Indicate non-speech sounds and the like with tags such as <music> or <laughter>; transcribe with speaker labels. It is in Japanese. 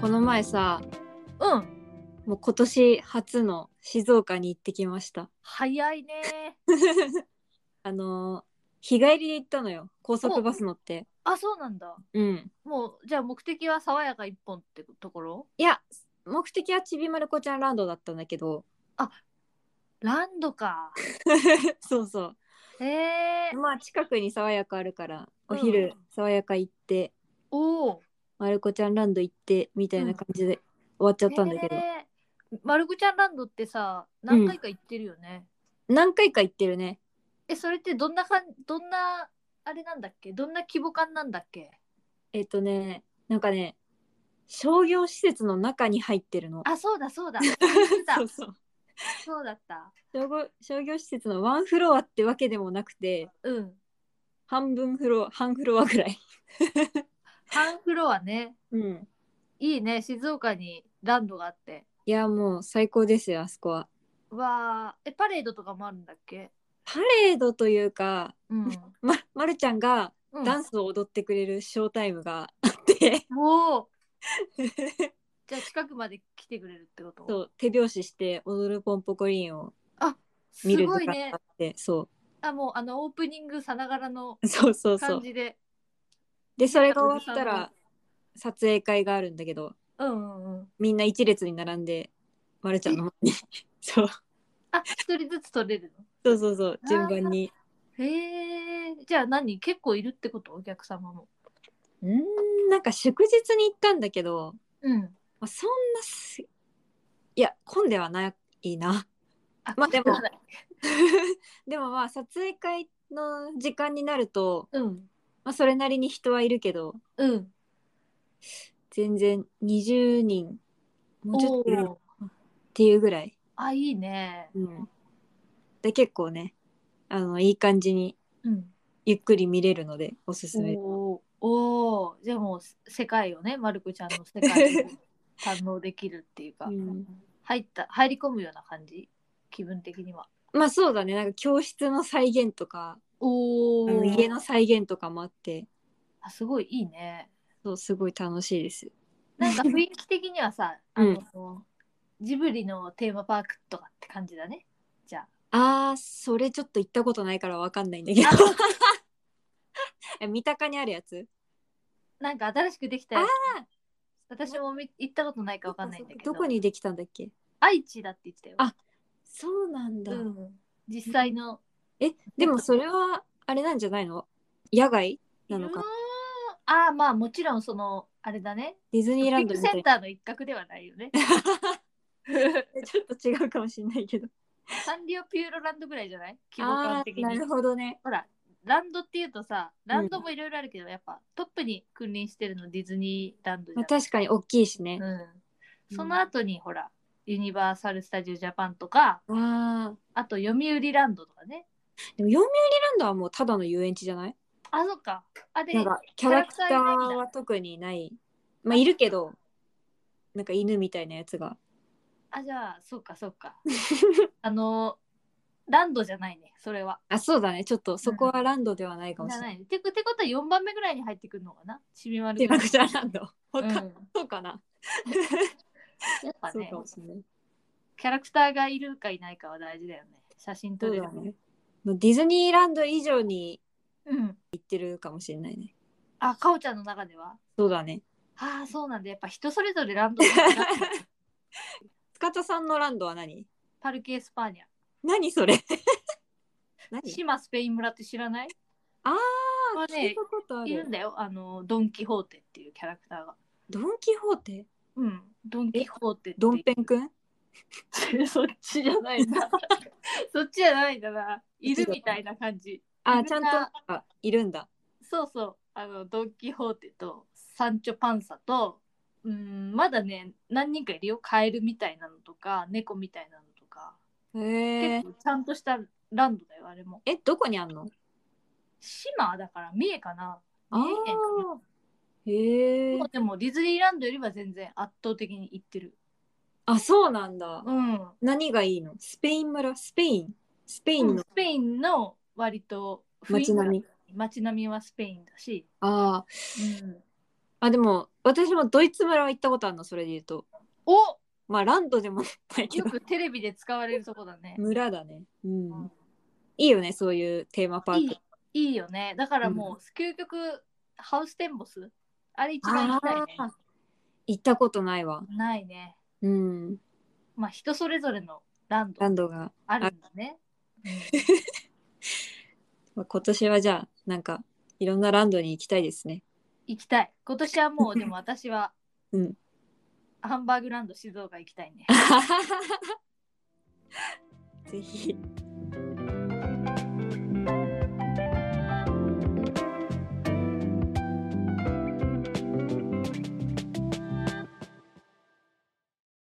Speaker 1: この前さ
Speaker 2: うん
Speaker 1: もう今年初の静岡に行ってきました
Speaker 2: 早いね
Speaker 1: あのー日帰りで行ったのよ高速バス乗って
Speaker 2: あそうなんだ
Speaker 1: うん
Speaker 2: もうじゃあ目的は爽やか一本ってところ
Speaker 1: いや目的はちびまる子ちゃんランドだったんだけど <laughs>
Speaker 2: ランドか
Speaker 1: そうそ
Speaker 2: え
Speaker 1: う
Speaker 2: ー、
Speaker 1: まあ近くに爽やかあるからお昼爽やか行って、
Speaker 2: おお
Speaker 1: まる子ちゃんランド行ってみたいな感じで終わっちゃったんだけど、
Speaker 2: えーマルコちゃんランドってさ何回か行ってるよね、
Speaker 1: 何回か行ってるね
Speaker 2: えそれってどんなかんどんなあれなんだっけどんな規模感なんだっけ
Speaker 1: えっとねなんかね商業施設の中に入ってるの
Speaker 2: あそうだそうだそうだ
Speaker 1: <laughs> そうそう
Speaker 2: そうだった
Speaker 1: 商業商業施設のワンフロアってわけでもなくて
Speaker 2: うん
Speaker 1: 半分フロア半フロアぐらい、
Speaker 2: 半フロアね
Speaker 1: うん、
Speaker 2: いいね静岡にランドがあって
Speaker 1: いやもう最高ですよあそこは
Speaker 2: わあえパレードとかもあるんだっけ
Speaker 1: パレードというか、
Speaker 2: うん、
Speaker 1: ま、まるちゃんが
Speaker 2: うん、
Speaker 1: ダンスを踊ってくれるショータイムがあ
Speaker 2: <laughs>
Speaker 1: って、
Speaker 2: おおじゃあ近くまで来てくれるってこと
Speaker 1: そう手拍子して踊るポンポコリンを
Speaker 2: す
Speaker 1: 見る
Speaker 2: ごい
Speaker 1: 時間
Speaker 2: ね
Speaker 1: があって、そ
Speaker 2: あもうあのオープニングさながらの
Speaker 1: うそうそうそ
Speaker 2: 感
Speaker 1: う
Speaker 2: じで
Speaker 1: でそれが終わったら
Speaker 2: う
Speaker 1: 撮影会があるんだけど
Speaker 2: うんうんうん
Speaker 1: みんな一列に並んでまるちゃんの前にそう
Speaker 2: あ一人ずつ取れるの
Speaker 1: そうそうそう順番に
Speaker 2: へえじゃあ何結構いるってことお客様も
Speaker 1: うーんなんか祝日に行ったんだけど、
Speaker 2: うん
Speaker 1: まあ、そんなすいや混んではないな <laughs>
Speaker 2: あ
Speaker 1: まあでも
Speaker 2: 聞かない
Speaker 1: でもまあ撮影会の時間になると、
Speaker 2: うん
Speaker 1: まあ、それなりに人はいるけど
Speaker 2: うん
Speaker 1: 全然20人もうちょ
Speaker 2: お
Speaker 1: っといるっ
Speaker 2: お
Speaker 1: ていうぐらい、
Speaker 2: あいいね
Speaker 1: うん、で結構ねあのいい感じに
Speaker 2: うん
Speaker 1: ゆっくり見れるのでおすすめ
Speaker 2: おーおーじゃあもう世界をねまる子ちゃんの世界を堪能できるっていうか、
Speaker 1: うん
Speaker 2: 入った入り込むような感じ気分的には
Speaker 1: まあそうだねなんか教室の再現とか
Speaker 2: お
Speaker 1: あ
Speaker 2: お
Speaker 1: の家の再現とかもあって
Speaker 2: あすごいいい
Speaker 1: <laughs>
Speaker 2: ね
Speaker 1: そうすごい楽しいです
Speaker 2: なんか雰囲気的にはさあ
Speaker 1: うん
Speaker 2: の、ジブリのテーマパークとかって感じだねじゃあ
Speaker 1: あーそれちょっと行ったことないからわかんないんだけど <laughs> え三鷹にあるやつ
Speaker 2: なんか新しくできたやつ
Speaker 1: あー
Speaker 2: 私もみ行ったことないかわかんないんだけど
Speaker 1: どこにできたんだっけ
Speaker 2: 愛知だって言ってたよ
Speaker 1: あそうなんだ、
Speaker 2: うん、実際の
Speaker 1: えでもそれはあれなんじゃないの野外なの
Speaker 2: うーん
Speaker 1: か
Speaker 2: あーまあもちろんそのあれだね
Speaker 1: ディズ
Speaker 2: シ
Speaker 1: ニー
Speaker 2: ョ
Speaker 1: ラン
Speaker 2: ッ
Speaker 1: ド
Speaker 2: ピ
Speaker 1: み
Speaker 2: ング
Speaker 1: た
Speaker 2: セ
Speaker 1: い
Speaker 2: ンターの一角ではないよ
Speaker 1: <laughs>
Speaker 2: ね
Speaker 1: なちょっと違うかもしれないけ
Speaker 2: <laughs>
Speaker 1: ど
Speaker 2: サンリオピューロランドぐらいじゃない規模
Speaker 1: あ
Speaker 2: 感
Speaker 1: ー
Speaker 2: 的に
Speaker 1: なるほどね
Speaker 2: ほら、ランドっていうとさ、ランドもいろいろあるけど、やっぱトップに君臨してるのディズニーランドじ
Speaker 1: ま
Speaker 2: ゃ
Speaker 1: あ、
Speaker 2: ん。
Speaker 1: 確かに大きいしね、
Speaker 2: うん、その後にほら、ユニバーサル・スタジオ・ジャパンとか、
Speaker 1: あー
Speaker 2: あと読売ランドとかね。
Speaker 1: でも読売ランドはもうただの遊園地じゃない
Speaker 2: あ、そっか。あ、で、
Speaker 1: なんかキャラクタ
Speaker 2: キャラクターいないん
Speaker 1: ー
Speaker 2: だ
Speaker 1: は特にないまあいるけどなんか犬みたいなやつが
Speaker 2: あ、じゃあ、そっかそっ
Speaker 1: <laughs>
Speaker 2: か。あの、ランドじゃないね、それは。
Speaker 1: あそうだねちょっとそこはランドではないかも
Speaker 2: じ
Speaker 1: し
Speaker 2: ゃ
Speaker 1: れない、
Speaker 2: ない。てこてことは4番目ぐらいに入ってくるのかなちびまる
Speaker 1: で
Speaker 2: 子
Speaker 1: なくちゃランドわか、
Speaker 2: うん
Speaker 1: そうかな、
Speaker 2: やっぱ
Speaker 1: そう
Speaker 2: ね
Speaker 1: か、もしれない
Speaker 2: キャラクターがいるかいないかは大事だよね。写真撮
Speaker 1: そう
Speaker 2: れ
Speaker 1: だ
Speaker 2: るもん
Speaker 1: ねディズニーランド以上に
Speaker 2: うん。
Speaker 1: 行ってるかもしれないね
Speaker 2: あ、かおちゃんの中では
Speaker 1: そうだね
Speaker 2: ああそうなんだやっぱ人それぞれランドが
Speaker 1: <laughs>
Speaker 2: 違う
Speaker 1: 塚田さんのランドは何
Speaker 2: パルケ・エスパーニャ
Speaker 1: 何そ
Speaker 2: <laughs>
Speaker 1: れ何
Speaker 2: 島スペイン村って知らない
Speaker 1: あ
Speaker 2: こ
Speaker 1: あ
Speaker 2: れ
Speaker 1: 聞い
Speaker 2: ね
Speaker 1: たことあ
Speaker 2: いる
Speaker 1: る
Speaker 2: んだよあのドン・キホーテっていうキャラクターが
Speaker 1: ドン・キホーテ
Speaker 2: うんドン・キホーテって
Speaker 1: ドンペンくん
Speaker 2: <laughs> そっちじゃないな <laughs> そっちじゃないんだないるみたいな感じ
Speaker 1: あ
Speaker 2: い
Speaker 1: ー
Speaker 2: るな
Speaker 1: ちゃんとなんかいるんだ
Speaker 2: そうそうあのドン・キホーテとサンチョ・パンサとうんまだね何人かいるよカエルみたいなのとか猫みたいなのとか
Speaker 1: へえ
Speaker 2: 結構ちゃんとしたランドだよあれも
Speaker 1: えどこにあんの
Speaker 2: 島だから三重かな
Speaker 1: あ
Speaker 2: 三重県かな
Speaker 1: あへえ
Speaker 2: もうでもディズニーランドよりは全然圧倒的に行ってる。
Speaker 1: あそうなんだ
Speaker 2: うん。
Speaker 1: 何がいいのスペイン村スペインスペインの
Speaker 2: スペインの割と雰囲気
Speaker 1: 街並み
Speaker 2: 街並みはスペインだし。
Speaker 1: あー
Speaker 2: うん。
Speaker 1: あでも私もドイツ村は行ったことあるのそれで言うと
Speaker 2: お
Speaker 1: まあランドでも <laughs> ないけ
Speaker 2: よ
Speaker 1: ど
Speaker 2: くテレビで使われるとこだね。
Speaker 1: 村だねう
Speaker 2: うんん
Speaker 1: いいよねそういうテーマパー
Speaker 2: い
Speaker 1: ク
Speaker 2: いいいよね。だからもう、究極ハウステンボスあれ一番行きたいね。
Speaker 1: あ行ったことないわ
Speaker 2: ないね。
Speaker 1: うん
Speaker 2: まあ人それぞれのランド
Speaker 1: ランドが
Speaker 2: あるんだね。
Speaker 1: まあ今年はじゃあなんかいろんなランドに行きたいですね <laughs>
Speaker 2: 行きたい。今年はもうでも私は、
Speaker 1: うん
Speaker 2: ハンバーグランド静岡行きたいね。
Speaker 1: ぜひ